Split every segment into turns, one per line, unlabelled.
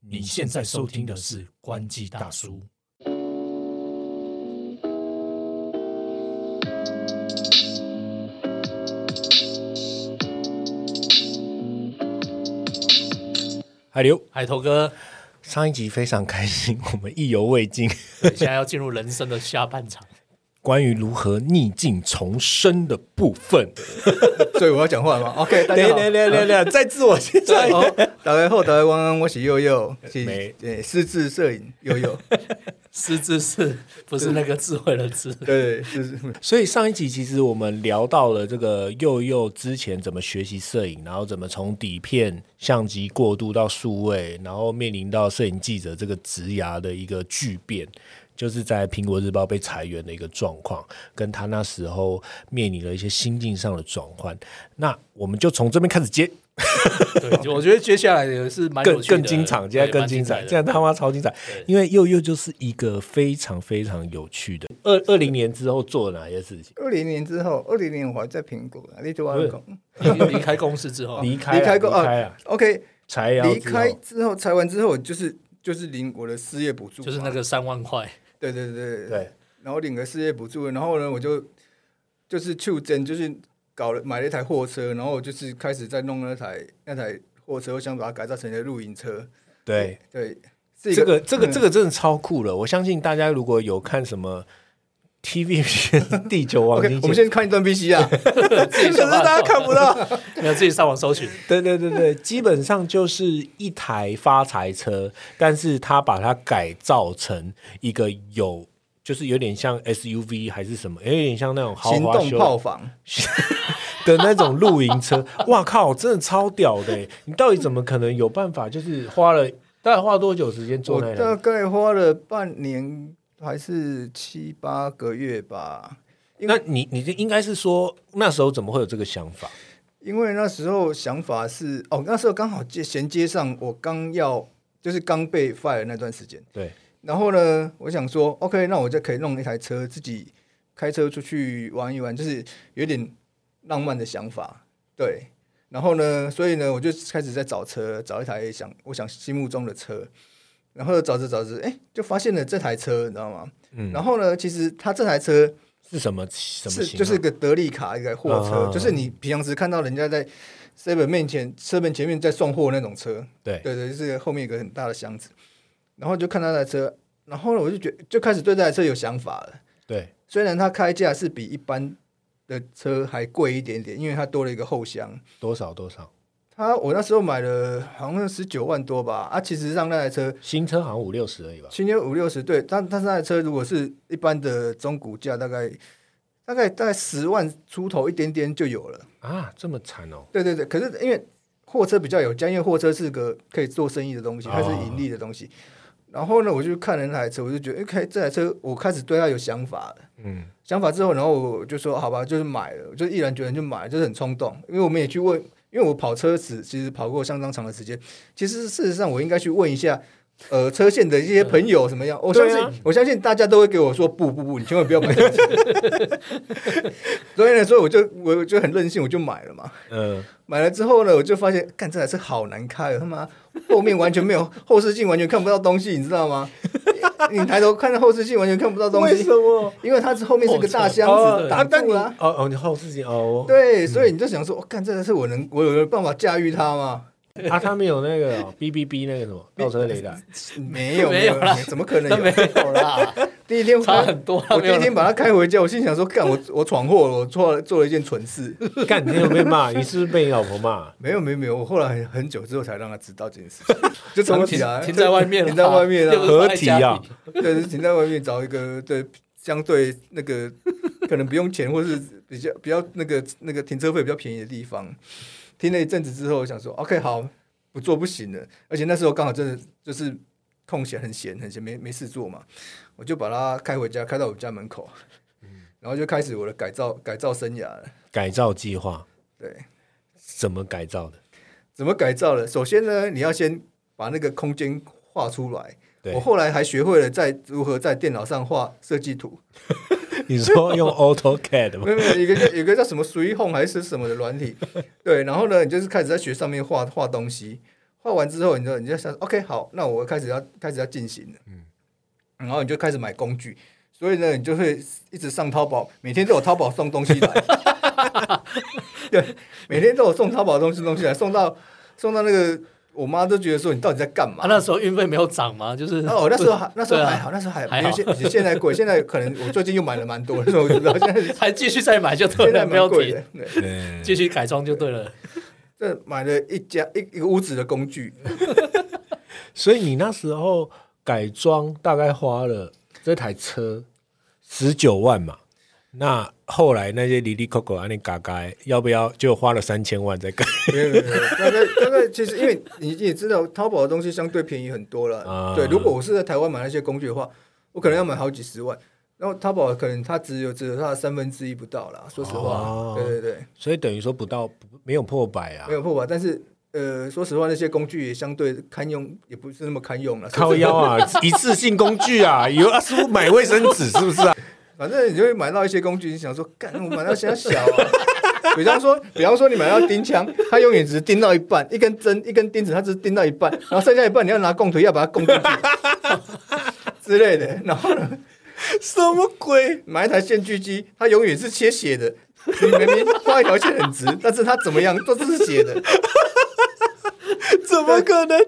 你现在收听的是《关机大叔》。
海流，
海头 哥，
上一集非常开心，我们意犹未尽，
对现在要进入人生的下半 场。
关于如何逆境重生的部分。
所以我要讲话了吗？OK，大家
来
好，
来来来来，再自我介绍一下。
哦，打开后打开汪汪，我是悠悠，
没
是对失智摄影悠悠，
失智是 不是那个智慧的智？
对，失智
所以上一集其实我们聊到了这个佑佑之前怎么学习摄影，然后怎么从底片相机过渡到数位，然后面临到摄影记者这个职涯的一个巨变，就是在苹果日报被裁员的一个状况，跟他那时候面临了一些心境上的转换。那我们就从这边开始接，
对，就我觉得接下来也是蛮有
更
趣的
更精彩，现在更精彩，现在他妈超精彩
对！
因为佑佑就是一个非常非常有趣的。二二零年之后做了哪些事情？
二零年之后，二零年我还在苹果，啊你对我讲，
对蛮精彩的离离开公司之后，
离开啊
离开过
离开啊
啊，，OK，
裁员
离
之后
开之后裁完之后，我就是就是领我的失业补助嘛，啊
就是那个三万 块，
对，对对
对，
然后领个失业补助，然后呢，我就就是去真就是搞了买了一台货车，然后我就是开始在弄那台那台货车，我想把它改造成一个露营车，
对，
对，是一
这个嗯这个这
个
个真的超酷了！我相信大家如果有看什么 TV 片 《地球
嗯
王
OK，
金
我们
线
先看一段 B C 啊，可
自 己
是
想办法
大家看不到。
没有自己上网搜寻，
对对对对，基本上就是一台发财车，但是他把它改造成一个有，就是有点像 SUV 还是什么，有点像那种豪
行
华
动
修
炮房，
的那种露营车。 哇靠，真的超屌的欸！你到底怎么可能有办法？就是花了大概花多久时间做
我
那一
大
台？
概花了半年还是七八个月吧，因
那你你就应该是说那时候怎么会有这个想法？
因为那时候想法是，哦，那时候刚好接衔接上我刚要就是刚被 fire 那段时间，
对，
然后呢，我想说，OK，那我就可以弄一台车，自己开车出去玩一玩，就是有点浪漫的想法，对。然后呢，所以呢，我就开始在找车，找一台想我想心目中的车。然后找着找着，哎，就发现了这台车，你知道吗？
嗯
然后呢，其实它这台车
是什么什么
是
型号？
就是个德利卡一个货
嗯
车，
嗯嗯
就是你平常时看到人家在 seven 面前 seven 前面在送货那种车，
对
对对，就是后面有个很大的箱子，然后就看到那台车，然后呢我就觉就开始对这台车有想法了。
对
虽然它开价是比一般的车还贵一点点，因为它多了一个后箱。
多少多少
它我那时候买了好像十九万多吧，啊，其实上那台车
新车好像五六十而已吧。
新车五六十，对，但但是那台车如果是一般的中古价，大概大概大概十万出头一点点就有了。
啊，这么惨哦！
对对对，可是因为货车比较有家，因为货车是个可以做生意的东西，
哦
它是盈利的东西。然后呢，我就看了那台车，我就觉得，哎，这台车我开始对它有想法了。
嗯，
想法之后，然后我就说，好吧，就是买了，我就毅然决然就买了，就是很冲动。因为我们也去问，因为我跑车子其实跑过相当长的时间，其实事实上我应该去问一下。呃，车线的一些朋友怎么样？我相
对
信，
啊
我相信大家都会给我说不不不，你千万不要买这台车。 所以呢，所以我就我就很任性，我就买了嘛。
呃，
买了之后呢，我就发现，干这台车好难开哦，他妈后面完全没有后视镜，完全看不到东西，你知道吗？你抬头看到后视镜，完全看不到东
为
西
什，么？
因为它是后面是个大箱
哦
子
啊
挡
但
住
你
了啊。
哦哦，你后视镜哦，
对，所以你就想说，哦干、这台车我能我有办法驾驭它吗？
啊，他们有那个哦 B B B 那个什 么倒车雷达，
没有，
没有啦
怎么可能
那
有？
没有啦，
第一天
差
我
很多啦，
我
没
第一
有
天把它开回家，我心想说，干我我闯祸了，我做了做了一件蠢事。
干，你有被骂？你是不是被你老婆骂？
没有没有没有，我后来很很久之后才让他知道这件事情，就
怎
藏
么
起
停
来，
停在外面啦，
停在外面啊
又不是放在
合体
家里
啊
对，就是停在外面找一个对相对那个可能不用钱，或是比较比较那个那个停车费比较便宜的地方。停了一阵子之后，我想说 OK 好，不做不行了。而且那时候刚好真的就是空闲，很闲很闲，没没事做嘛，我就把它开回家，开到我家门口，然后就开始我的改造改造生涯了。
改造计划
对，
怎么改造的？
怎么改造了？首先呢，你要先把那个空间画出来。
对
我后来还学会了在如何在电脑上画设计图。
你说用 AutoCAD 吗
没？有没有，一个叫有一个 叫什么 Sweet Home 还是什么的软体，对，然后呢，你就是开始在学上面画画东西，画完之后，你就你就想，OK，好，那我开始要开始要进行了，嗯，然后你就开始买工具，所以呢，你就会一直上淘宝，每天都有淘宝送东西 来，对，每天都有送淘宝东西东西来，送到送到那个我妈都觉得说你到底在干嘛？
啊，那时候运费没有涨吗？就是
那哦我那时候还那时候还好，
对啊
那时候还
还
因为
好
现现在贵，现在可能我最近又买了蛮多的，所以我知道现在
还继续再买就对
现在
了，没有
蛮贵
停
的，，对。
对
继续改装就对了。
这买了一家一一个屋子的 工具，
所以你那时候改装大概花了这台车十九万嘛？那后来那些里里扣扣啊，那嘎嘎，要不要就花了三千万在改？
没有没有，没有大概大概其实因为你也知道，淘宝的东西相对便宜很多了。
啊
对，如果我是在台湾买那些工具的话，我可能要买好几十万。然后淘宝可能它只有只有它的三分之一不到啦，说实话，
哦
对对对，
所以等于说不到不没有破百啊
没，有破吧。但是呃，说实话，那些工具也相对堪用，也不是那么堪用了。
靠腰 啊，一次性工具啊，有啊，是不是买卫生纸是不是啊？
反正你就会买到一些工具，你想说，干，我买到想小啊。 比方说，比方说你买到钉枪，它永远只是钉到一半，一根针、一根钉子，它只是钉到一半，然后剩下一半你要拿供腿要把它供进去 之类的。然后呢，
什么鬼？
买一台线锯机，它永远是切斜的，你明明画一条线很直，但是它怎么样都是斜的。
怎么可能？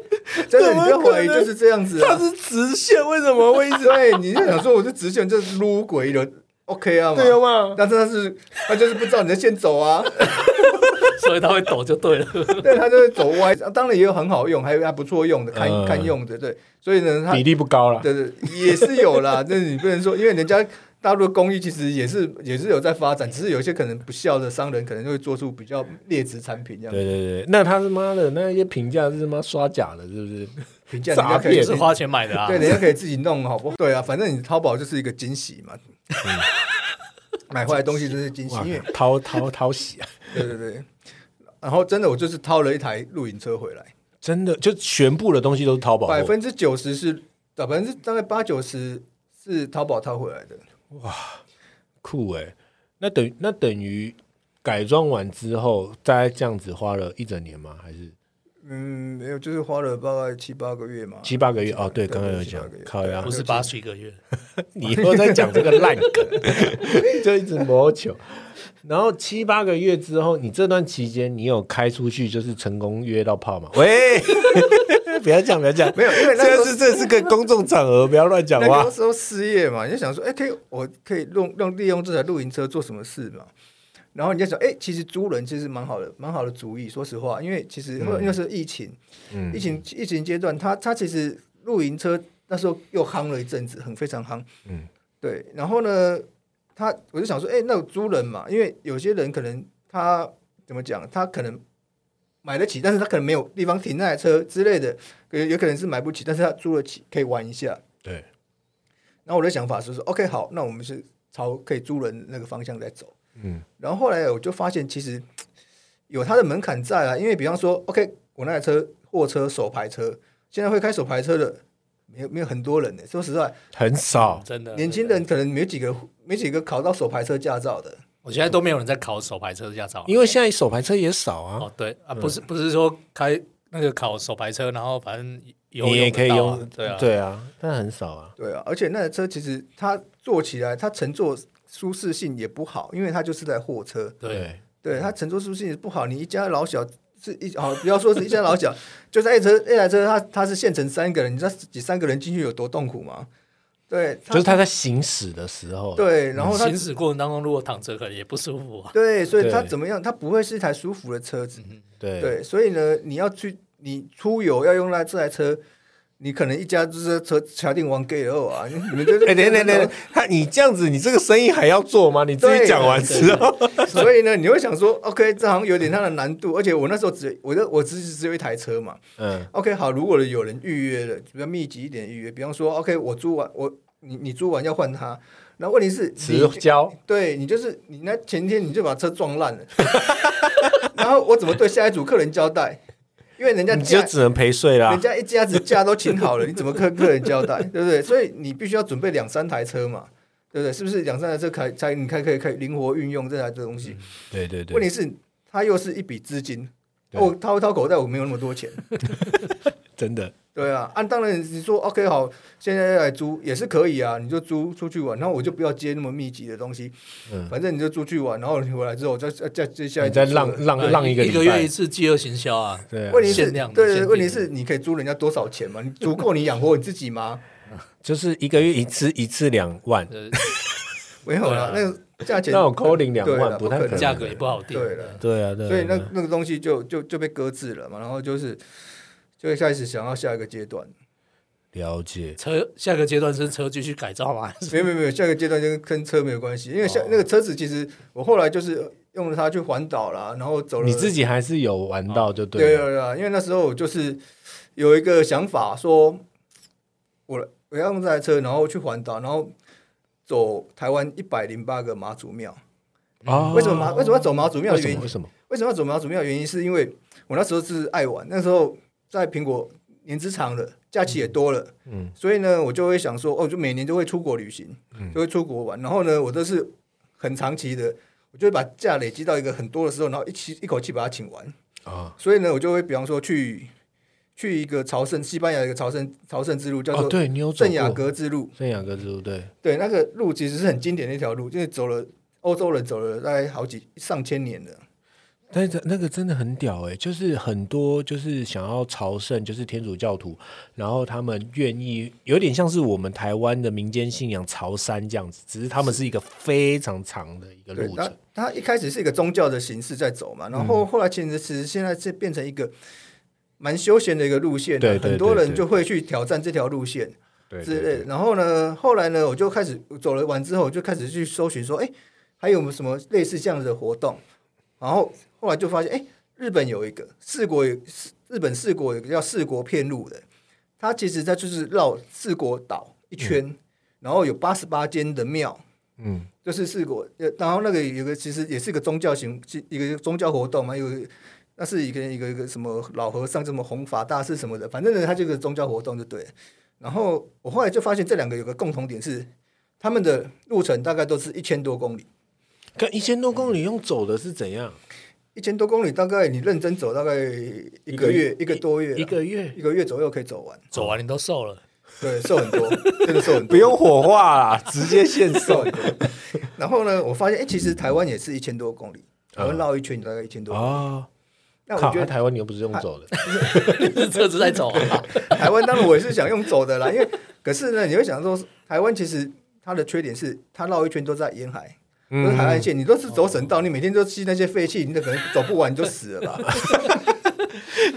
真的，你不要
怎么可
怀疑，
能
就是这样子、
它
啊。
是直线，为什么会一直？
对，你就想说，我就直线就是撸轨的，OK 啊嘛。
对 嘛？
但是它是，它就是不知道你在线走啊。
所以它会抖就对了。
对，它就会走歪。啊当然也有很好用，还有还不错用的，堪
嗯
堪用的，对。所以呢，它
比例不高了。
对对也是有啦。 但是你不能说，因为人家大陆的工艺其实也是也是有在发展，只是有一些可能不孝的商人可能就会做出比较劣质产品这样。
对对对，那他是妈的那些评价是他妈刷假的，是不 是？
评价人家可
对
以
也
自
是
己
花钱买的啊
对，。人家可以自己弄，好不好？对啊，反正你淘宝就是一个惊喜嘛。 买回来东西真是惊喜，
哇
因为，
掏掏掏洗啊！
对对对。然后真的，我就是掏了一台露营车回来。
真的，就全部的东西都是淘宝
百
货。
分之九十是，百分之大概八九十是淘宝淘回来的。
酷哎、那等于那等于改装完之后，大概这样子花了一整年吗？还是
嗯，没有，就是花了大概七八个月嘛。
七八个月？哦，对，
对
刚刚有
七八
讲
个月
靠呀
不，是八十一个月，
你又在讲这个烂梗， 就一直磨球。然后七八个月之后，你这段期间你有开出去就是成功约到炮吗？喂， 不要讲，不要 讲，
没有，因为那时
这
候
是这是个公众场合，不要乱讲
那
话
个。时候失业嘛，你就想说，哎、可以，我可以用用利用这台露营车做什么事嘛？然后你就想，哎、其实租人其实蛮好的，蛮好的主意。说实话，因为其实因为那时候疫情，
嗯
疫情疫情阶段，它它其实露营车那时候又夯了一阵子，很非常夯。
嗯，
对。然后呢，他我就想说，哎、那我租人嘛，因为有些人可能他怎么讲，他可能买得起，但是他可能没有地方停那台车之类的，有有可能是买不起，但是他租得起，可以玩一下。
对，
然后我的想法是说，OK，好，那我们是朝可以租人那个方向在走。
嗯，
然后后来我就发现，其实有它的门槛在啊，因为比方说，OK，我那台车货车手排车，现在会开手排车的没有没有很多人呢、说实在，
很少。
真的。
年轻人可能没几个没几个考到手排车驾照的。
我现在都没有人在考手牌车驾照。啊
因为现在手牌车也少啊，
哦，对啊，不是不是说开那个考手牌车，然后反正有
你也可以
得到啊
用，
对啊，
对啊，但很少啊。
对啊，而且那台车其实它坐起来，它乘坐舒适性也不好，因为它就是在货车。
对，
嗯
对它乘坐舒适性不好，你一家老小是一好，不要说是一家老小， 就是一车一台车它，它是限乘三个人，你知道几三个人进去有多痛苦吗？对，它
就是他在行驶的时候，，
对，然后它
行驶过程当中如果躺着可能也不舒服啊。
对，所以它
嗯对嗯
怎么样？它不会是一台舒服的车子。
对
对，所以呢，你要去你出游要用到这台车，你可能一家就是车敲定完 gay 后啊，你 你们就是
哎，等等等，他你这样子，你这个生意还要做吗？你自己
对
讲完之后，
所以呢，你会想说，OK，这好像有点它的难度，而且我那时候只我的我只只有一台车嘛，
嗯
OK，好，如果有人预约了，比较密集一点预约，比方说，OK，我租完我你你租完要换他，那问题是你
迟交，
对你就是你那前天你就把车撞烂了， 然后我怎么对下一组客人交代？因为人家
你就
家
只能陪睡啦
人。家一家子架都请好了，你怎么跟客人交 代，对不对？所以你必须要准备两三台车嘛，对不对？是不是两三台车才才你才可以可以灵活运用这台这东西？
嗯对对
问，题是它又是一笔资金，
对
我掏一掏口袋，我没有那么多钱。
真的，
对啊，按、当然你说 OK 好，现在要来租也是可以啊，你就租出去玩，然后我就不要接那么密集的东西，
嗯，
反正你就出去玩，然后你回来之后再再再接下来
你再
就
浪
是
浪浪一个
一个
礼拜
月一，次饥饿行销啊，
对啊，
问题是
限量的
对
限
对，
定
问题
的
是你可以租人家多少钱嘛？你足够你养活你自 己吗？
就是一个月一次，一次两万，
呃
没有啦，
对
那个价钱
啊那我扣零两
对
万
啦
不太
可
可能
价格也不好定。
对了，
对啊，对啊，
所以那
对啊
那个东西就就就被搁置了嘛，然后就是就会开始想要下一个阶段，
了解，
车下个阶段是车继续改造嘛？ 还是
没有没有没有，下一个阶段就跟跟车没有关系，因为下
哦
那个车子其实我后来就是用了它去环岛啦，然后走了
你自己还是有玩到就
呃对
对
啊
啊了，
对对，因为那时候我就是有一个想法说，我我要用这台车，然后去环岛，然后走台湾一百零八个妈祖庙。
啊
为什么马为什么要走妈祖庙
为
的
什
原因
么？为？什么？
为什么要走马祖庙？原因是因为我那时候是爱玩，那时候在苹果年资长了，假期也多了，
嗯，
所以呢，我就会想说，哦，就每年就会出国旅行，就会出国玩。然后呢，我都是很长期的，我就会把假累积到一个很多的时候，然后一起一口气把它请完。
啊，
所以呢，我就会比方说去去一个朝圣，西班牙有一个朝圣朝圣之路叫
哦，
做
对你有走
圣雅
过
各之路，
圣雅各之路，对，
对，那个路其实是很经典的一条路，就是走了欧洲人走了大概好几上千年的。
但是那个真的很屌哎、就是很多就是想要朝圣，就是天主教徒，然后他们愿意，有点像是我们台湾的民间信仰朝山这样子，只是他们是一个非常长的一个
对
路，
它
程。嗯
它一开始是一个宗教的形式在走嘛，然后后来其实其实现在是变成一个蛮休闲的一个路线啊、
对对对
很多人
对
就会去挑战这条路线
对
之类的。然后呢，后来呢，我就开始走了完之后，我就开始去搜寻说，哎，还有没有什么类似这样的活动？然后后来就发现，哎，日本有一个四国有四日本四国有个叫四国片路的，它其实它就是绕四国岛一圈，然后有八十八间的庙。
嗯，
就是四国，呃然后那个有个其实也是个宗教型一个宗教活动嘛，有那是一个一个一个什么老和尚，什么弘法大师什么的，反正呢，它这个宗教活动就对了。然后我后来就发现这两个有个共同点是，他们的路程大概都是一千多公里，
看一千多公里用走的是怎样？
一千多公里大概你认真走大概一个月一个多月啦
一个 月，
一个月左右可以走完，
走完你都瘦了，
对，瘦很多，真的瘦很多，
不用火化 啦，直接现
瘦
送
很多。然后呢，我发现哎、诶其实台湾也是一千多公里，台湾绕一圈大概一千多公里。
啊！
那我
靠，
觉
那
得啊
台湾你又不是用走的，
是车子在走啊。
台湾当然我也是想用走的啦，因为可是呢，你会想说，台湾其实它的缺点是它绕一圈都在沿海，都是海岸线，你都是走省道，你每天都吸那些废气，你可能走不完你就死了吧？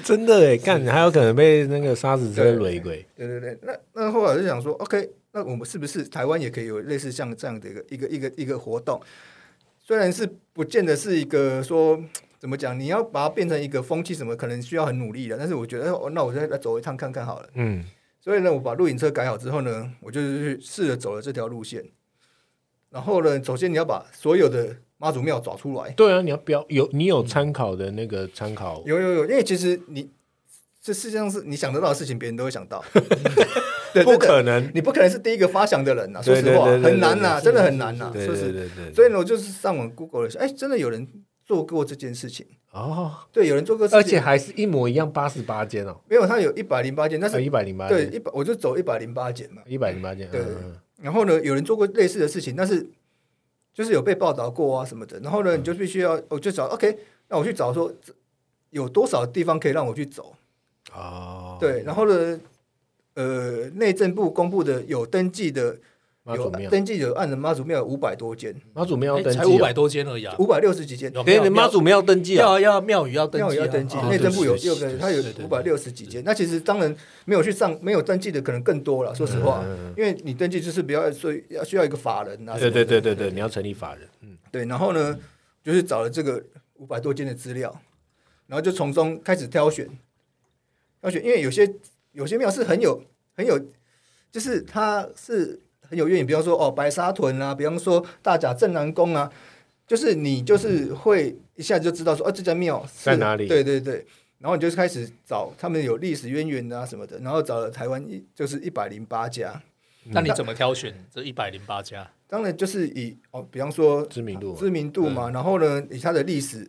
真的哎，干还有可能被那个沙子车雷鬼。
对对对，那那后来我就想说，OK，那我们是不是台湾也可以有类似像这样的一个一个一个一个活动？虽然是不见得是一个说。怎么讲？你要把它变成一个风气，什么可能需要很努力的。但是我觉得，哦那我再来走一趟看看好了。
嗯，
所以呢，我把露营车改好之后呢，我就是去试着走了这条路线。然后呢，首先你要把所有的妈祖庙找出来，
对啊，你要标有你有参考的那个参考
有有有，因为其实你这世界上是你想得到的事情，别人都会 想到，对，
不
真的，
可能，
你不可能是第一个发想的人呐、啊说实话，
对对对对
很难呐、
对对
真的很难呐、
对
说
对
实。
对对。
所以呢，我就是上网 Google 了一下，哎，真的有人做过这件事情，
哦，
对，有人做过这
而
件，
且还是一模一样，八十八间哦，
没有，他有一百零八件，但是、
一百零八
对
间，
一百，我就走一百零八件嘛。
一百零八间，
对
嗯
然后呢，有人做过类似的事情，但是就是有被报道过啊什么的。然后呢，你就必须要，我就找 OK，那我去找说这有多少地方可以让我去走。
哦，
对，然后呢，呃，内政部公布的有登记的
妈祖
有啊
庙，
登记有案的妈祖庙五百多间，
妈祖庙要
哎
登记
才
哦，
五百多间而已啊。
五百六十几间。
有
等一下，
庙
妈祖庙要登记啊，
要要庙宇要登
庙
记
也
啊，
要登记
啊，
内政部有
对
六个，它有
对对
五百六十几间。那其实当然没有去上没有登记的，可能更多了。说实话，因为你登记就是比较所以要需要一个法人啊。
对对对对对，你要成立法人，嗯，
对，然后呢，就是找了这个五百多间的资料，然后就从中开始挑选，挑选，因为有些有些庙是很有很有，就是它是很有愿意，比方说哦白沙屯啊，比方说大甲镇南宫啊，就是你就是会一下子就知道说哦这家庙是
在哪里
对对对。然后你就开始找他们有历史渊源的啊什么的，然后找了台湾一就是一百零八家，
嗯那你怎么挑选这一百零八家？
当然就是以哦，比方说
知名度嘛，啊
嗯
知名度嘛，然后呢，以它的历史，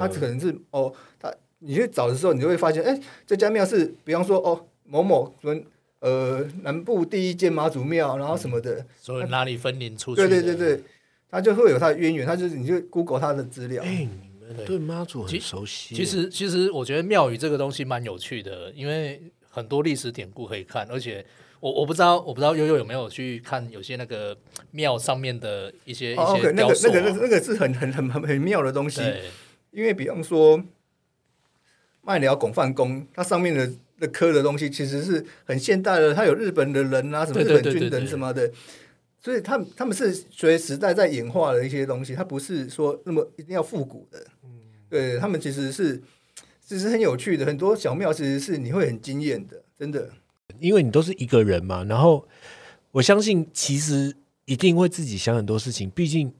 它可能是、哦，它你去找的时候，你就会发现，哎、这家庙是，比方说哦某某什么呃南部第一间妈祖庙，然后什么的，
所以哪里分灵出去？
呃对对对，对，它就会有它的渊源，它就是你就 Google 它的资料，
哎，你们对妈祖很
其
熟悉啊耶。
其实其实我觉得庙宇这个东西蛮有趣的，因为很多历史典故可以看，而且我我不知道我不知道悠悠有没有去看有些那个庙上面的一些、
哦
一
，OK，
些
那
雕
个
塑、
那
啊
个那个那个是很很很很很妙的东西，
对
因为比方说麦寮拱饭宫，它上面的的刻的东西其实是很现代的，它有日本的人啊，什么
对
日
对
本
对
军
对
人
对
什么的，所以他们他们是随时代在演化的一些东西，它不是说那么一定要复古的，
嗯
对他们其实是其实很有趣的，很多小庙其实是你会很惊艳的，真的。
因为你都是一个人嘛，然后我相信其实一定会自己想很多事情。毕竟，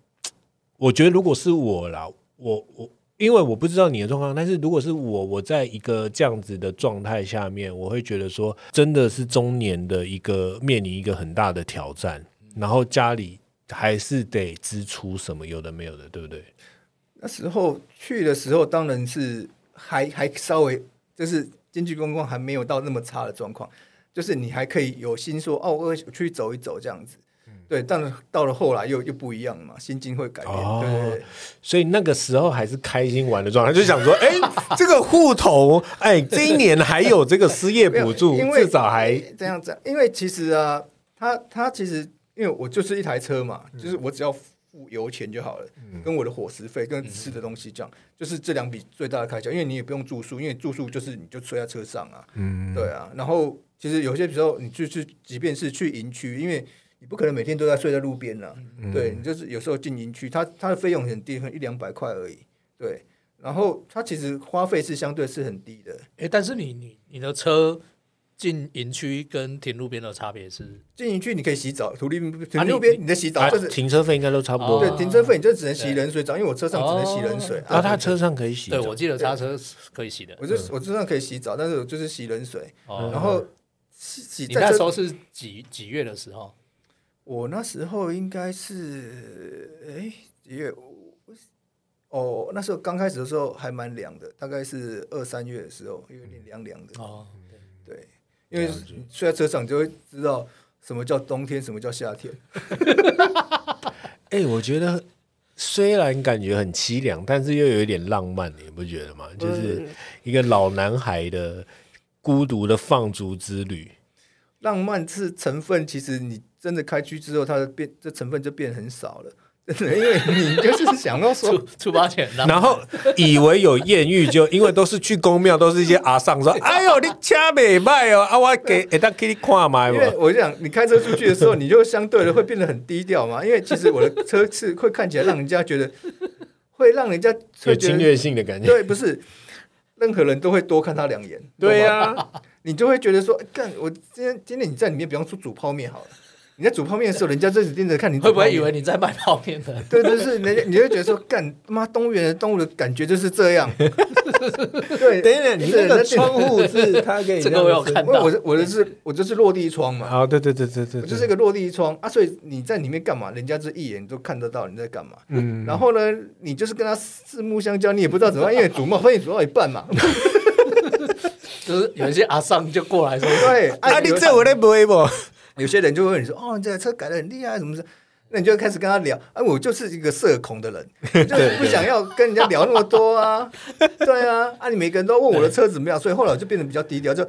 我觉得如果是我啦，我我因为我不知道你的状况，但是如果是我，我在一个这样子的状态下面，我会觉得说，真的是中年的一个面临一个很大的挑战，然后家里还是得支出什么有的没有的，对不对？
那时候去的时候，当然是还还稍微就是经济状况还没有到那么差的状况，就是你还可以有心说哦，我去走一走这样子。对，但是到了后来又又不一样了嘛，心境会改变。
哦
对对对，
所以那个时候还是开心玩的状态，就想 说，哎、这个户头，哎、这一年还有这个失业补助
没有因，为
至少还
这样子，因为其实啊，他他其实因为我就是一台车嘛，
嗯
就是我只要付油钱就好了，跟我的伙食费跟吃的东西
嗯
这样，就是这两笔最大的开销。因为你也不用住宿，因为住宿就是你就睡在车上啊，
嗯
对啊。然后其实有些时候你去去，即便是去营区，因为你不可能每天都在睡在路边啊，
嗯
对你就是有时候进营区，它它的费用很低，可能一两百块而已，对。然后它其实花费是相对是很低的，
诶但是你你你的车进营区跟停路边的差别是，
进营区你可以洗澡，土地土
啊
地
你
路边你的洗澡
啊
就是
停车费应该都差不多。
哦
对，
对
停车费你就只能洗冷水澡，因为我车上只能洗冷水
哦。
啊，
啊，
他车上可以洗
对
澡。
我记得刹车是可以洗的。
我就我车上可以洗澡，但是我就是洗冷水，
哦
然后洗洗
你
在
那
车
时候是几几月的时候？
我那时候应该是哎几月？我哦，那时候刚开始的时候还蛮凉的，大概是二三月的时候，有点凉凉的。
哦，
对，因为你睡在车上，你就会知道什么叫冬天，什么叫夏天。
哎、我觉得虽然感觉很凄凉，但是又有一点浪漫，你不觉得
嗯
吗？就是一个老男孩的孤独的放逐之旅。
浪漫是成分，其实你真的开区之后，它的变这成分就变很少了。真的，因为 你就是想要说
出出发前，然后
然后以为有艳遇，就因为都是去公庙，都是一些阿上说：“ 哎呦，你掐美卖哦，啊，我给哎，当给你看嘛。”
因为我就想，你开车出去的时候，你就相对的会变得很低调嘛。因为其实我的车是会看起来让人家觉得，会让人家
有
会觉
侵
得
略性的感觉。
对，不是任何人都会多看他两眼。
对
呀、
呀、
你就会觉得说，哎干，我今天今天你在里面，比方说煮泡面好了，你在煮泡面的时候，人家就只盯着看你，
会不会以为？你在卖泡面呢？
对，就是人家，你就会觉得说，干妈东原的动物的感觉就是这样。对，
等一等，你那个窗户是他给你
这个我有看
因为
到
我。是我的是我就是落地窗嘛，
啊好，对对对对对，
我
对
就是一个落地窗啊，所以你在里面干嘛，人家这一眼都看得到你在干嘛。
嗯，
然后呢，你就是跟他四目相交，你也不知道怎么样，因为煮嘛，分你煮到一半嘛，
就是有一些阿桑就过来说，
对，
啊，你
有
这我在不会不？
有些人就会问你说，哦，你这台车改的很厉害，什么的。那你就开始跟他聊，啊，我就是一个社恐的人，我就是不想要跟人家聊那么多啊，对啊，啊，你每个人都问我的车怎么样，所以后来我就变得比较低调，就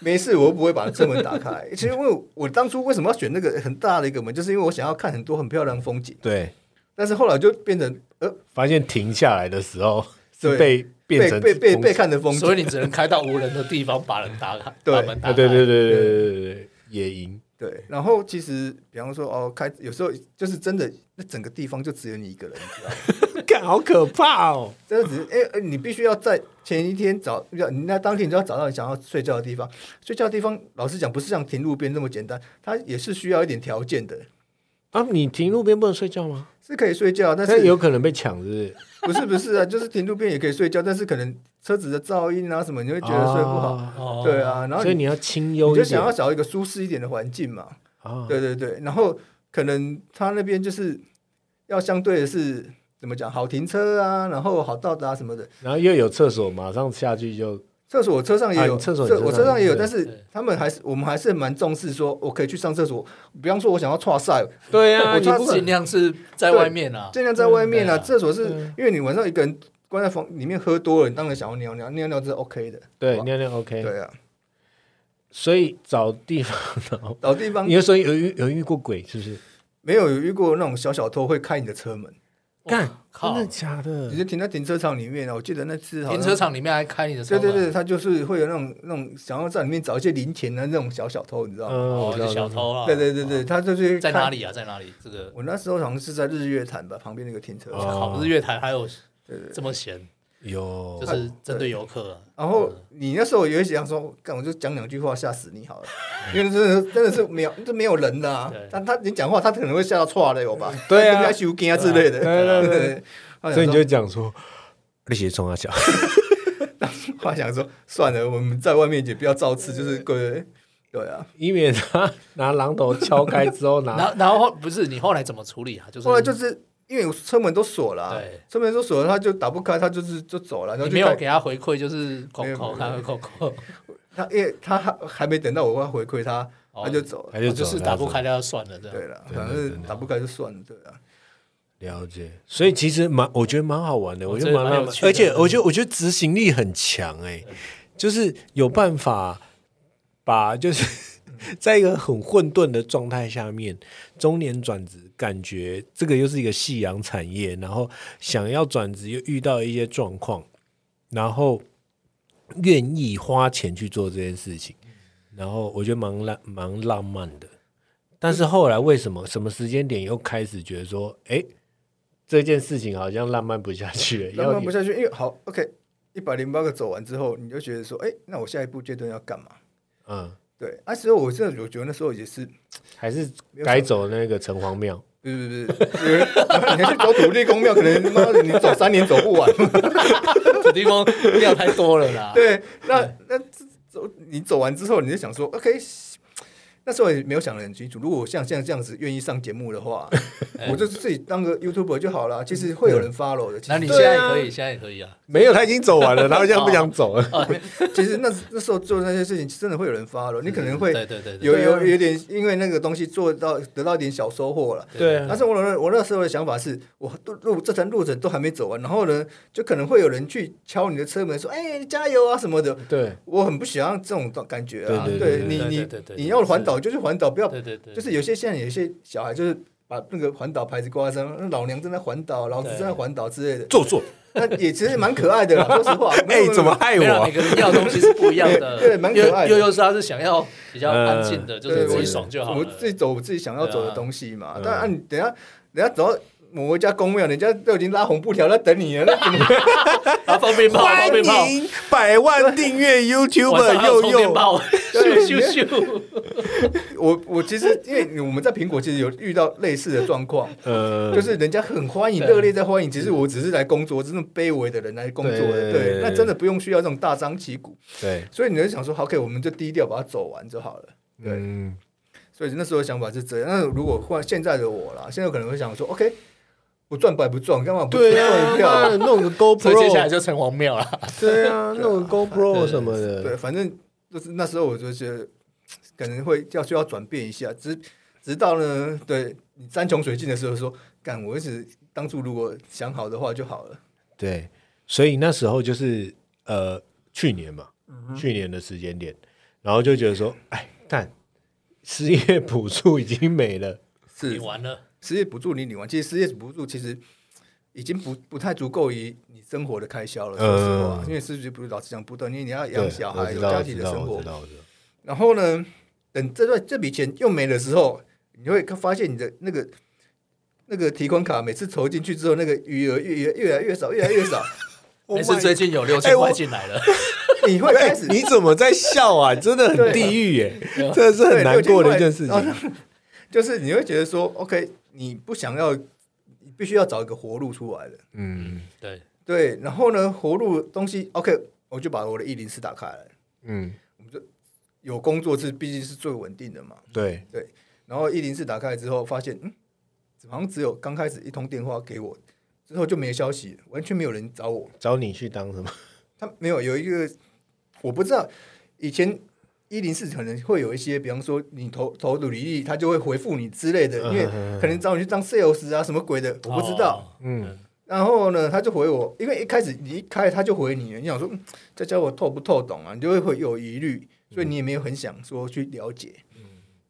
没事，我又不会把车门打开。其实因为我当初为什么要选那个很大的一个门，就是因为我想要看很多很漂亮的风景，
对，
但是后来就变成呃
发现停下来的时候是
对
被变
被
成
被被被
看，
看的风景，
所以你只能开到无人的地方，把人打开，
对
把门打
啊，
开。
对对对对对对对，野营，
对，然后其实比方说哦，开有时候就是真的，那整个地方就只有你一个人，你知道吗？
看好可怕哦。
真的只是哎、哎你必须要在前一天找，要你那当天你就要找到你想要睡觉的地方。睡觉的地方，老实讲，不是像停路边那么简单，它也是需要一点条件的，
啊，你停路边不能睡觉吗？
是可以睡觉，但
但
是
有可能被抢，是不是？
不是不是啊，就是停路边也可以睡觉，但是可能车子的噪音啊什么，你会觉得睡不好。
啊
哦，
对啊，然后
所以
你
你啊要清
你
幽
就
一
想
点
要找一个舒适一点的环境嘛。
啊。
对对对，然后可能他那边就是要相对的是怎么讲好停车啊，然后好到达什么的。
然后又有厕所，马上下去就
厕所我车上也有，
啊你厕所
这
你
我
车上
车上也有，
对
但是他们还是我们还是蛮重视说，我可以去上厕所。比方说，我想要跨赛，
对啊，
我
你
他
不
是
尽量是在外面啊，
尽量在外面啊，
嗯对啊
厕所是
对啊
因为你晚上一个人关在房里面喝多了，你当然想要尿尿，尿尿是 OK 的。
对尿尿 OK，
对啊，
所以找地方，然后
老地方
你就说有遇有遇过鬼是不是？
没有遇过那种小小偷会开你的车门，
干
哇，
真
靠
的，假的
你？就停在停车场里面啊。我记得那次好像
停车，场里面还开你的车
对
门，啊
对对，他就是会有那种那种想要在里面找一些零钱的那种小小偷，你知道吗？
嗯，我
哦，
知
就
道
小，偷了，
对对对对，他就是
在
看
哪？里啊？在哪里？这个
我那时候好像是在日月潭吧，旁边那个停车场。
哦
好日月潭还有
对对对
这么闲，
有
就是针对游客啊，
然
嗯
后你那时候也想说，干我就讲两句话吓死你好了， 因为真的真的是没有这没有人的啊
对，
但他你讲话他可能会吓到岔了有 吧？
对啊
跟他修根啊之类的，
对对对对
他
所以
想
你就
说
讲说，那些冲他小，
他想说算了，我们在外面也不要造次，就是各位对啊。
以免他拿榔头敲开之后
然
拿
后然后后不是你后来怎么处理啊？就是
后来就是因为我车门都锁了啊
对，
车门都锁了，他就打不开，他就是就走了，然后
你
就
没有
开
给他回馈，就是
没
口
有
口
没有
他会口口，
他，因为他还还没等到我要回馈他，
哦
他就走了。
他就走
就是
了
打不开，那就算了，这样
对了，
对
反
对
正
对
打不开就算了，对啊。
了解，所以其实蛮，我觉得蛮好玩的，
我
我
觉
觉
得
得蛮
蛮有
浪漫
趣的
而且我觉得我觉得执行力很强哎、就是有办法把就是 在一个很混沌的状态下面，中年转职，感觉这个又是一个夕阳产业，然后想要转职又遇到一些状况，然后愿意花钱去做这件事情，然后我觉得蛮浪蛮浪漫的。但是后来为什么什么时间点又开始觉得说，哎，这件事情好像浪漫不下去 了，
浪
要
漫不下去，因为好，OK，一百零八个走完之后，你就觉得说，哎、那我下一步阶段要干嘛？
嗯，
对，那、啊、时候我真的我觉得那时候也是，
还是改走那个城隍庙。
不是不是不是，有 人你要去走土地公庙，可能他妈的你走三年走不完。
土地公料太多了啦。
对， 那那这走你走完之后，你就想说，OK，那时候也没有想得很清楚。如果我像像这样子愿意上节目 的话，我就自己当个 YouTuber 就好了。其实会有人 follow 的。
嗯
其
那你
实
现在
对
也
啊
可以，现在也可以啊。
没有，他已经走完了，然后现在不想走了。
啊其实那那时候做那些事情，真的会有人 follow。你可啊能会
对对对，对
有有
对啊
有点因为那个东西做到得到一点小收获了。
对
嗯
啊
但是我那我那时候的想法是，我路路这层路程都还没走完，然后呢，就可能会有人去敲你的车门说：“哎、加油啊什么的。
对”
我很不喜欢这种感觉啊！
对对对
对
你
对
你
对对对
你要环岛就去环岛，不要
对对对，
就是有些现在有些小孩就是把那个环岛牌子挂在身上，那老娘正在环岛，老子
对
正在环岛之类的，
坐坐，
那也其实蛮可爱的 啦。说实话，没有，
哎，怎么？害
没有啦每
我？
个人要的东西是不一样的
啊 对蛮可爱的呃
悠悠悠是他是想要比较安静的，就是
对
自
我
己 爽就好
我
了。
自己走我自己想要走的东西嘛。
对啊
但啊，你等一下人家走到某一家公庙，人家都已经拉红布条在等你了，那怎么
啊，放鞭炮，放鞭炮，
百万订 阅
晚上
YouTuber
还有充电，炮， 咻
对
咻咻。
我我其实因为我们在苹果其实有遇到类似的状 况，
呃
就，是人家很欢迎，
对
热烈在欢迎，其实我只是来工作，我真的卑微的人来工作的，
对
对，那真的不用需要这种大张旗鼓，
对，
所以你就想说好，OK，我们就低调把它走完就好了。对
嗯，
所以那时候的想法是这样。那如果换现在的我啦，现在可能会想说，OK，我赚白不赚，干嘛不
对
赚
啊
一，票
妈的弄个
所以接下来
GoPro，
就城隍庙了。
对啊，弄个 GoPro
对
什么
对，
的，
反正就是那时候我就觉得可能会要需要转变一下，直直到呢，对你山穷水尽的时候说，干，我一直当初如果想好的话就好了。
对，所以那时候就是呃，去年嘛，
嗯
去年的时间点，然后就觉得说，哎，但失业补助已经没了，
你
是
完了，
失业补助你领完，其实失业补助其实已经不不太足够于你生活的开销了，说实话，
嗯
因为失业补助老实讲不断，因为你要
对，
养小孩，
我
有
知道
家
我
庭
知
的
道
生
我
活
知，道我知道
然后呢，等这段这笔钱又没的时候，你会发现你的那个那个提款卡每次投进去之后，那个余额越越越来越少，越来越 少，
但
Oh
是
my
最近有六
哎
千
我
块进来 了，
你会
哎、
开始
你怎么在笑啊？真的很地狱耶、
对
这是很
对
难过的一件事。
六千
情。
块然后就是你会觉得说，OK，你不想要，你必须要找一个活路出来的。
嗯
对，
对，然后呢，活路东西 OK，我就把我的一零四打开来，
嗯，
有工作是毕竟是最稳定的嘛。
对，
然后一零四打开之后，发现嗯，好像只有刚开始一通电话给我，之后就没消息，完全没有人找我。
找你去当什么？
他没有有一个，我不知道以前一零四可能会有一些，比方说你投投履历，他就会回复你之类的，因为可能找你去当 sales 啊什么鬼的，我不知道。
哦
嗯，
然后呢，他就回我，因为一开始你一开他就回你，你想说嗯这家伙透不透懂啊，你就会会有疑虑，所以你也没有很想说去了解。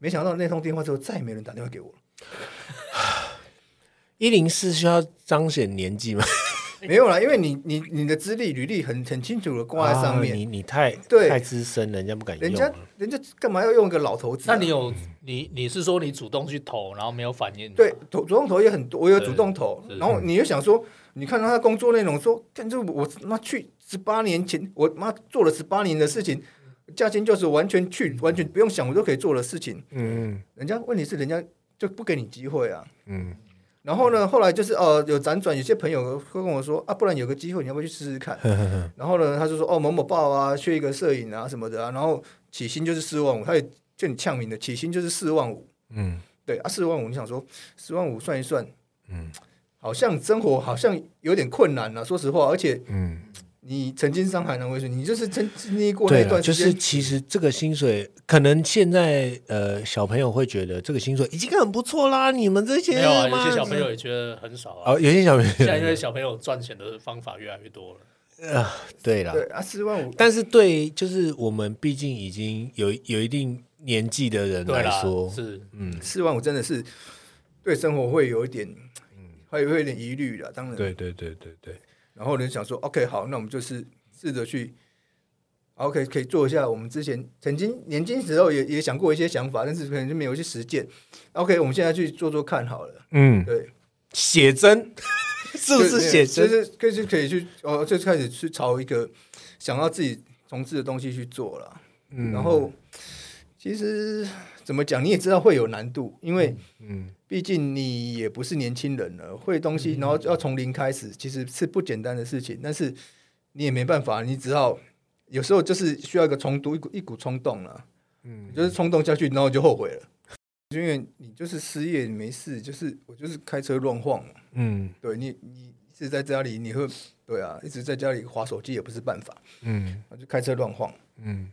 没想到那通电话之后，再也没人打电话给我了。
一零四需要彰显年纪吗？
没有啦，因为你你你的资历履历很很清楚的挂在上
啊
面，
你你太
对
太资深了，人家不敢用
人
啊。
家人家干嘛要用一个老头子啊、
那你有你你是说你主动去投，然后没有反应？
对，主主动投也很多，我有
对
主动投
是，
然后你又想说，你看到他工作内容说，看这我他妈去十八年前，我妈做了十八年的事情，价钱就是完全去完全不用想，我都可以做的事情。
嗯
人家问题是人家就不给你机会啊。
嗯
然后呢，后来就是呃，有辗转，有些朋友会跟我说啊，不然有个机会，你要不要去试试看？
嗯，
然后呢，他就说哦，某某报啊，缺一个摄影啊什么的啊，然后起薪就是四万五，他也就很呛名的，起薪就是四万五。
嗯
对啊，四万五，你想说四万五算一算，
嗯
好像生活好像有点困难啊了、说实话，而且
嗯，
你曾经伤害男为水，你就是曾经历过那
对
一
了，
段
就
时
是
间，
其实这个薪水，可能现在呃小朋友会觉得这个薪水已经很不错啦，你们这些
没有啊，有
妈
些小朋友也觉得很少啊。
哦，有些小朋
现在因
友
为小朋友赚钱的方法越来越多了，
对啦，
对啊，四万五，
但是对，就是我们毕竟已经有有一定年纪的人
对
来
啦
说，，
是
嗯，
四万五真的是对生活会有一点，
嗯
会会有点疑虑了，当然，
对对对对对，
然后呢想说，OK，好，那我们就是试着去，OK，可以做一下我们之前曾经年轻时候也也想过一些想法，但是可能就没有去实践，OK，我们现在去做做看好了，
嗯，
对，
写真 是不是写
就
真？
是可以去可以去哦，就开始去朝一个想要自己从事的东西去做了。
嗯
然后其实怎么讲，你也知道会有难度，因为
嗯
毕竟你也不是年轻人了，会东西然后要从零开始，其实是不简单的事情。但是你也没办法，你只好有时候就是需要一个冲动，一股一股冲动了，
嗯，
就是冲动下去，然后就后悔了。因为你就是失业，你没事，就是我就是开车乱晃嘛。
嗯
对你，你一直在家里，你会对啊，一直在家里划手机也不是办法，
嗯
我就开车乱晃，
嗯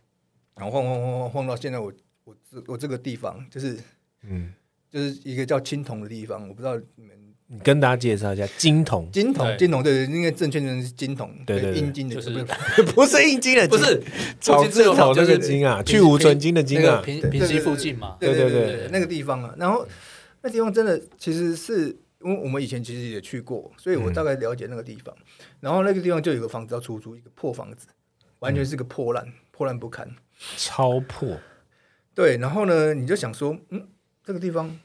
然后晃晃晃晃晃到现在我我这我这个地方，就是
嗯，
就是一个叫青铜的地方，我不知道你们，
你跟大家介绍一下金童
金铜
对
金铜对对，应该正确的人是金铜，
对对对
阴茎的
就是
不
不是印金的
不
金，
是
草
金自
字
由
头
岛
那
就是
个金啊，
平
去无存金的金
那个
啊，
平
对
平西附近嘛，
对
对
对
对
对
嗯
对，那个地方啊，然后那地方真的其实是因为我们以前其实也去过，所以
嗯
我大概了解那个地方。然后那个地方就有个房子要出租，一个破房子，完
嗯
全是个破烂，破烂不堪。
超破，
对，然后呢，你就想说，嗯，这个地方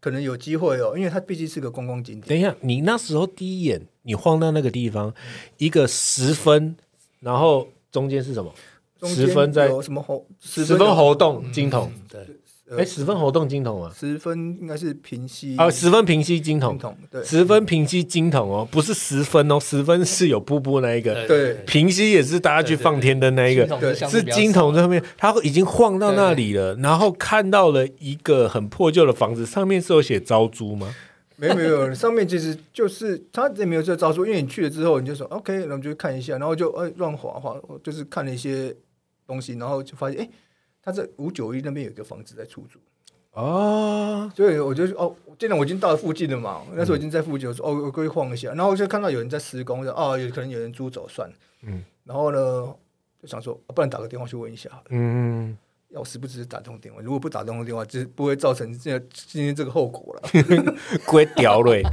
可能有机会哦，因为它毕竟是个观光景点。
等一下，你那时候第一眼你晃到那个地方，一个十分，然后中间是什么？
中间
十分在
有什么猴？十
十分活动金童，
对，
呃
哎，十分活动金童啊，
十分应该是平息
啊，十分平息金
传
童，
统对
十分平息金童哦，不是十分哦，十分是有瀑布那一个，
对
平息也是大家去放天灯那一个
金，童是相对
是
比较
金
少
啊
童在后面，他已经晃到那里了，然后看到了一个很破旧的房子，上面是有写招租吗？
没有没有，上面其实就是他也没有这个招数，因为你去了之后你就说 OK，然后我们就看一下，然后就呃乱划划，就是看了一些东西，然后就发现哎，他在五九一那边有一个房子在出租，
哦，
所以我就哦，既然我已经到了附近了嘛，那时候已经在附近，我说哦，我过去晃一下，然后我就看到有人在施工，我说哦，有可能有人租走算了，
嗯，
然后呢就想说，啊不然打个电话去问一下好了，
嗯，
要时不时打通电话，如果不打通电话，就是不会造成这今天这个后果了。
嗯鬼屌嘞，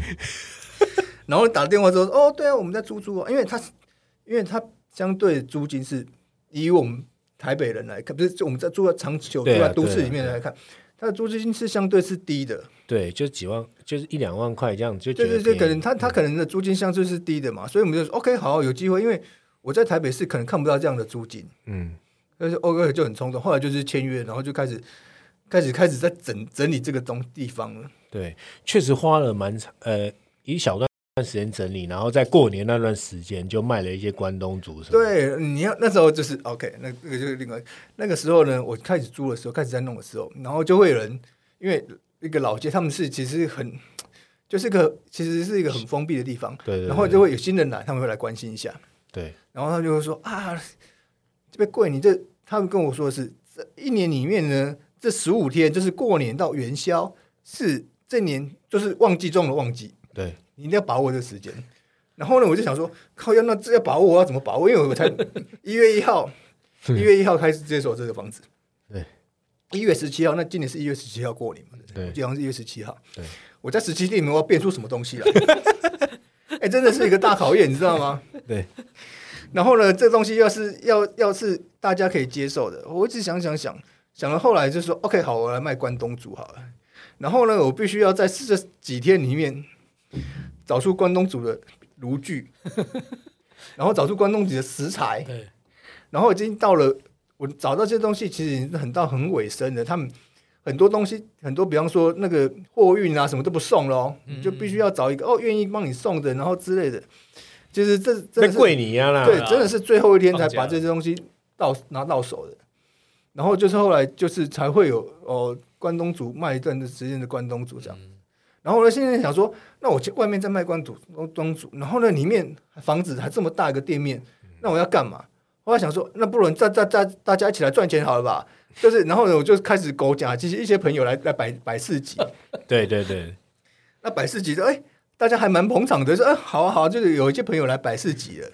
然后打电话说：“哦，对啊，我们在租租啊，因为他，因为他相对租金是以我们台北人来看，不是就我们在住在长久住
对啊
在都市
对啊啊
里面来看，他的租金是相对是低的。
对，就几万，就是一两万块这样，就觉
对
得
对对，可
便宜
能他他可能的租金相对是低的嘛，所以我们就说 OK，好，有机会，因为我在台北市可能看不到这样的租金，
嗯，
但是 OK 就很冲动，后来就是签约，然后就开始开始开始在整整理这个东地方了。
对，确实花了蛮长呃一小段时间整理，然后在过年那段时间就卖了一些关东煮什么的，
对，你要那时候就是 OK，那那个就是另外那个时候呢，我开始租的时候，开始在弄的时候，然后就会有人，因为一个老街，他们是其实很就是一个其实是一个很封闭的地方，
对对对
然后就会有新人来，他们会来关心一下，
对
然后他们就会说啊，这边贵，你这他们跟我说的是这一年里面呢，这十五天就是过年到元宵是这年就是旺季中的旺季，
对
你一定要把握这个时间。然后呢，我就想说，靠要那这要把握，我要怎么把握？因为我才 一月一号，一月一号开始接手这个房子。
对，
一月十七号，那今年是一月十七号过年嘛？对不对
对
我记得好像是一月十七号。
对，
我在十七天里面我要变出什么东西来？ 哎、真的是一个大考验，你知道吗？
对
然后呢，这东西要是要要是大家可以接受的，我一直想想想想了，后来就说 OK，好，我来卖关东煮好了。然后呢，我必须要在这几天里面找出关东煮的炉具， 然后找出关东煮的食材，
对，
然后已经到了我找到这些东西，其实已经很到很尾声了。他们很多东西，很多比方说那个货运啊，什么都不送了哦，你就必须要找一个哦愿意帮你送的，然后之类的。就是这真
那
的是
贵你呀啦，
对
啊，
真的是最后一天才
放假
把这些东西到拿到手的。然后就是后来就是才会有哦，关东煮卖一段的时间的关东煮这样。
嗯
然后呢，现在想说，那我去外面再卖关东煮，关东煮，然后呢，里面房子还这么大一个店面，
嗯
那我要干嘛？后来想说，那不如再再再大家一起来赚钱好了吧？就是，然后呢，我就开始狗讲，其实一些朋友来来摆摆市集，
对对对
那百事集的，哎，大家还蛮捧场的，说，哎，好啊好啊，就是有一些朋友来百事集了。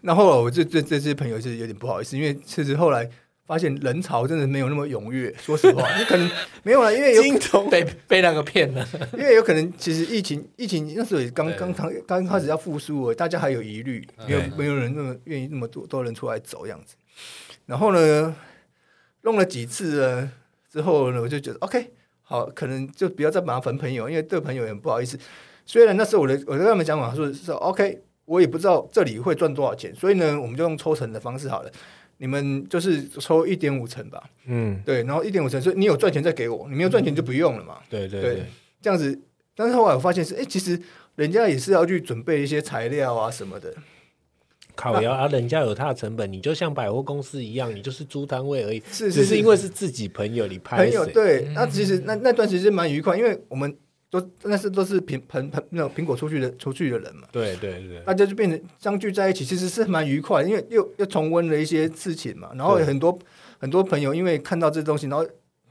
然后我这这这些朋友是有点不好意思，因为确实后来发现人潮真的没有那么踊跃。说实话，你可能没有啦，因为有
金童
哎被被那个骗了，
因为有可能其实疫情疫情那时候也刚
对
刚刚刚开始要复苏哦，大家还有疑虑，没有
对
没有人那么愿意那么多多人出来走这样子。然后呢，弄了几次呢之后呢，我就觉得 OK，好，可能就不要再麻烦朋友，因为对朋友也很不好意思。虽然那时候我的我跟他们讲法说是 OK，我也不知道这里会赚多少钱，所以呢，我们就用抽成的方式好了。你们就是抽一点五成吧，
嗯
对，然后一点五成，所以你有赚钱再给我，你没有赚钱就不用了嘛。
对对
对
对
这样子。但是后来我发现是，哎、其实人家也是要去准备一些材料啊什么的。
烤窑啊，人家有他的成本，你就像百货公司一样，你就是租摊位而已，
是
只
是
是因为是自己朋友，你拍嗯
朋友
谁
对，那其实那那段时间蛮愉快，因为我们都那是都是苹苹苹那种苹果出去的出去的人嘛，
对对对
大家就变成相聚在一起，其实是蛮愉快的，因为又又重温了一些事情嘛。然后
对
很多很多朋友因为看到这东西，然后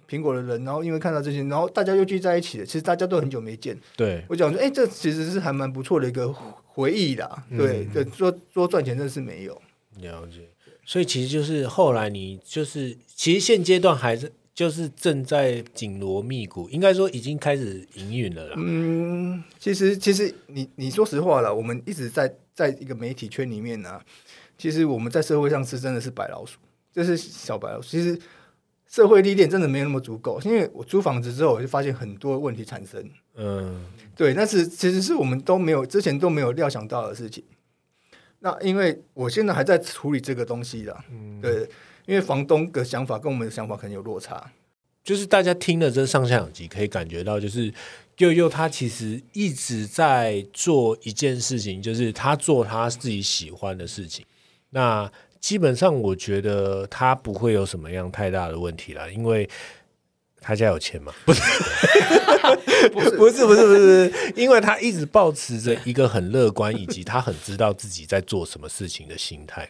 苹果的人，然后因为看到这些，然后大家又聚在一起了。其实大家都很久没见，
对
我讲说，哎、这其实是还蛮不错的一个回忆啦。
嗯
对、对，说说赚钱真的是没有。
对，了解。所以其实就是后来你就是，其实现阶段还是就是正在紧锣密鼓，应该说已经开始营运了啦。
嗯，其实其实你你说实话了，我们一直在在一个媒体圈里面呢、啊其实我们在社会上是真的是白老鼠，这是小白老鼠。其实社会历练真的没有那么足够，因为我租房子之后，我就发现很多问题产生。
嗯，
对，但是其实是我们都没有之前都没有料想到的事情。那因为我现在还在处理这个东西啦，对，因为房东的想法跟我们的想法可能有落差。
就是大家听了这上下两集，可以感觉到，就是佑佑他其实一直在做一件事情，就是他做他自己喜欢的事情。那基本上，我觉得他不会有什么样太大的问题啦，因为他家有钱嘛。 不是，不是，不是，不是，不是，因为他一直保持着一个很乐观，以及他很知道自己在做什么事情的心态。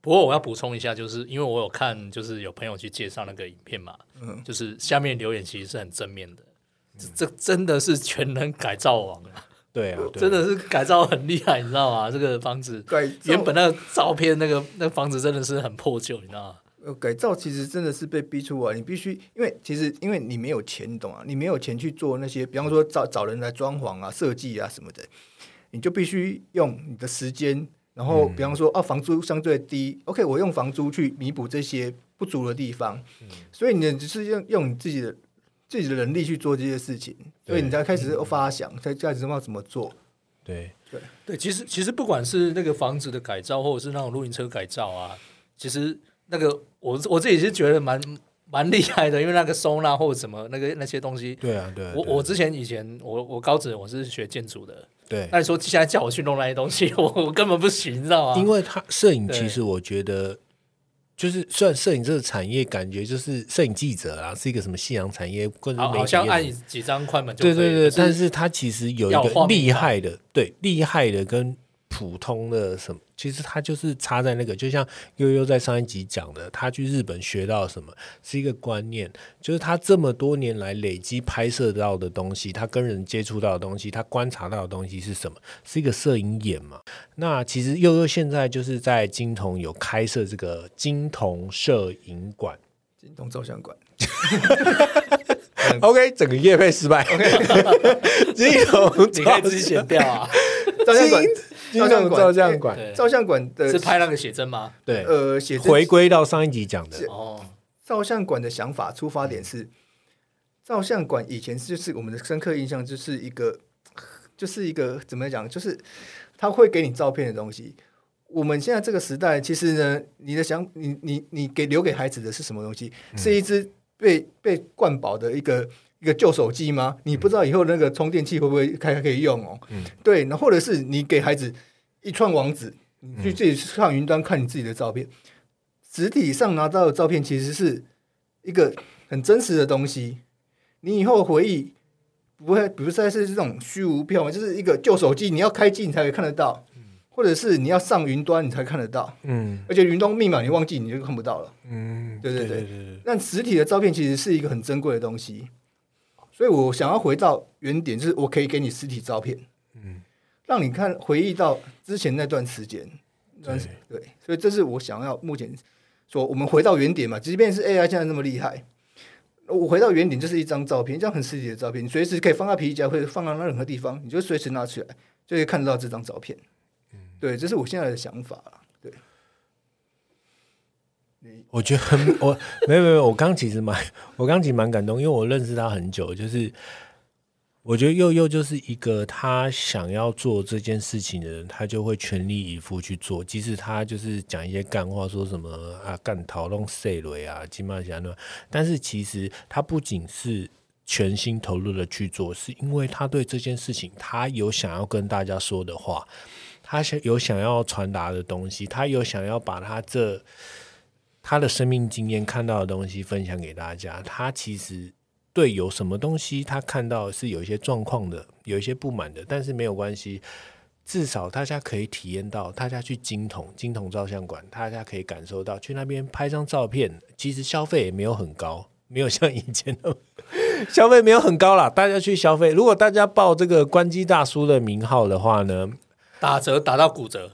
不过我要补充一下，就是因为我有看，就是有朋友去介绍那个影片嘛，
嗯
就是下面留言其实是很正面的，这这真的是全能改造王啊，
对啊，对啊
真的是改造很厉害，你知道吗？这个房子
对，
原本那个照片，那个那房子真的是很破旧，你知道吗？
呃，改造其实真的是被逼出来，你必须，因为其实因为你没有钱，你懂吗？你没有钱去做那些，比方说找找人来装潢啊、设计啊什么的，你就必须用你的时间，然后比方说、
嗯
啊，房租相对低，OK，我用房租去弥补这些不足的地方，
嗯
所以你只是用用你自己的自己的能力去做这些事情，所以你才开始发想，才才开始知道怎么做。
对，
对，其实其实不管是那个房子的改造，或者是那种露营车改造啊，其实那个我我自己是觉得蛮蛮厉害的，因为那个收纳或者什么那个那些东西，
对啊，对啊，
我
对啊
我之前以前我我高职我是学建筑的，
对。
那你说现在 叫我去弄那些东西，我我根本不行，你知道吗？啊
因为他摄影，
对
其实我觉得就是虽然摄影这个产业感觉就是摄影记者啊，是一个什么夕阳产业，或者是
啊哦好
媒体
好像
业
按
什么
几张快门就可以
对
了
对对，
可
但
是
是它其实有一
要
个
画面
厉害的，对厉害的跟普通的什么，其实它就是差在那个，就像悠悠在上一集讲的，他去日本学到什么是一个观念，就是他这么多年来累积拍摄到的东西，他跟人接触到的东西，他观察到的东西是什么，是一个摄影眼嘛。那其实悠悠现在就是在金童有开设这个金童摄影馆。
金童照 相馆，
OK，整个夜配失败。 金童，
你可以自己剪掉 啊，
照相馆，
金童
照相馆，
照相馆，
对，
照相馆的
是拍那个写真吗？
对，
呃写真
回归到上一集讲的，
哦，
照相馆的想法出发点是，照相馆以前就是我们的深刻印象，就是一个，就是一个怎么讲，就是他会给你照片的东西。我们现在这个时代，其实呢，你的想，你你你给留给孩子的是什么东西？是一只被被灌饱的一个一个旧手机吗？你不知道以后那个充电器会不会开可以用哦？
嗯
对，那或者是你给孩子一串网址，你去自己上云端看你自己的照片，实体上拿到的照片其实是一个很真实的东西。你以后回忆不会不再是这种虚无缥缈，就是一个旧手机，你要开机你才可以看得到，或者是你要上云端你才看得到，
嗯
而且云端密码你忘记你就看不到了。
嗯，
对对
对
对
对，
但实体的照片其实是一个很珍贵的东西，所以我想要回到原点，就是我可以给你实体照片，
嗯，
让你看回忆到之前那段时间，那段时对，所以这是我想要目前说我们回到原点嘛，即便是 AI 现在那么厉害，我回到原点就是一张照片，一张很实体的照片，你随时可以放到皮夹或者放到任何地方，你就随时拿起来就可以看得到这张照片，对，这是我现在的想法啦对，
我觉得很我没有没有没有，我刚其实蛮我刚其实蛮感动，因为我认识他很久，就是我觉得佑佑就是一个他想要做这件事情的人，他就会全力以赴去做，即使他就是讲一些干话，说什么啊干讨论谁雷啊金马侠呢，但是其实他不仅是。全心投入的去做，是因为他对这件事情，他有想要跟大家说的话，他想有想要传达的东西，他有想要把他这他的生命经验看到的东西分享给大家。他其实对有什么东西他看到是有一些状况的，有一些不满的，但是没有关系，至少大家可以体验到，大家去金童金童照相馆，大家可以感受到去那边拍张照片，其实消费也没有很高。没有像以前那么 消费没有很高啦，大家去消费。如果大家报这个关机大叔的名号的话呢，
打折打到骨折，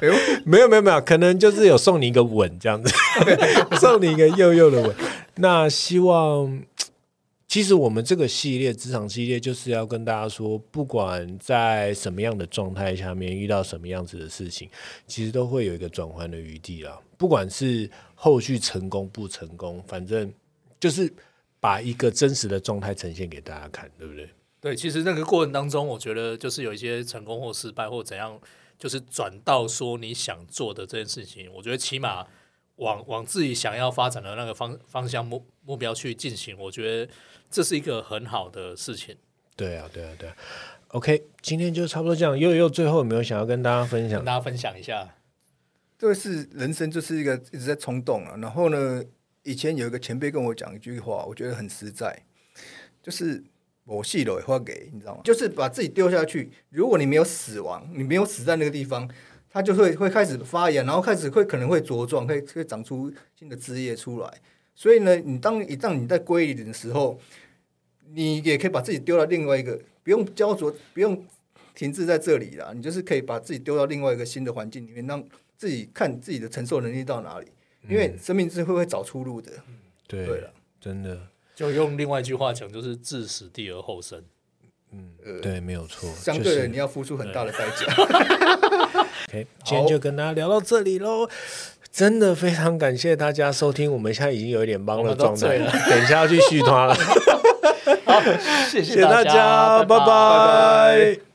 哎呦，
没有没有没有，可能就是有送你一个吻这样子， 送你一个幼幼的吻。那希望，其实我们这个系列职场系列就是要跟大家说，不管在什么样的状态下面遇到什么样子的事情，其实都会有一个转换的余地啦。不管是后续成功不成功，反正就是把一个真实的状态呈现给大家看，对不对？
对，其实那个过程当中，我觉得就是有一些成功或失败或怎样，就是转到说你想做的这件事情，我觉得起码往往自己想要发展的那个方方向目目标去进行，我觉得这是一个很好的事情。
对啊，对啊，对啊。OK，今天就差不多这样。又又最后有没有想要跟大家分享
跟？大家分享一下，
就是人生就是一个一直在冲动啊。然后呢，以前有一个前辈跟我讲一句话，我觉得很实在，就是我戏了话给你知道吗？就是把自己丢下去。如果你没有死亡，你没有死在那个地方，它就会会开始发芽，然后开始会可能会茁壮，会会长出新的枝叶出来。所以呢，你当一当你在归零的时候，你也可以把自己丢到另外一个，不用焦灼，不用停滞在这里啦。你就是可以把自己丢到另外一个新的环境里面，让自己看自己的承受能力到哪里，
嗯
因为生命是会会找出路的。
对
对了，
真的，
就用另外一句话讲，就是置死地而后生。
呃
对，没有错。
相
就
对
是
的，你要付出很大的代价。
OK，今天就跟大家聊到这里喽。真的非常感谢大家收听，我们现在已经有一点忙
我
的
们都
状
醉
态
了，
等一下要去续团了，
好，谢
谢
谢
谢大
大
家，
拜
拜拜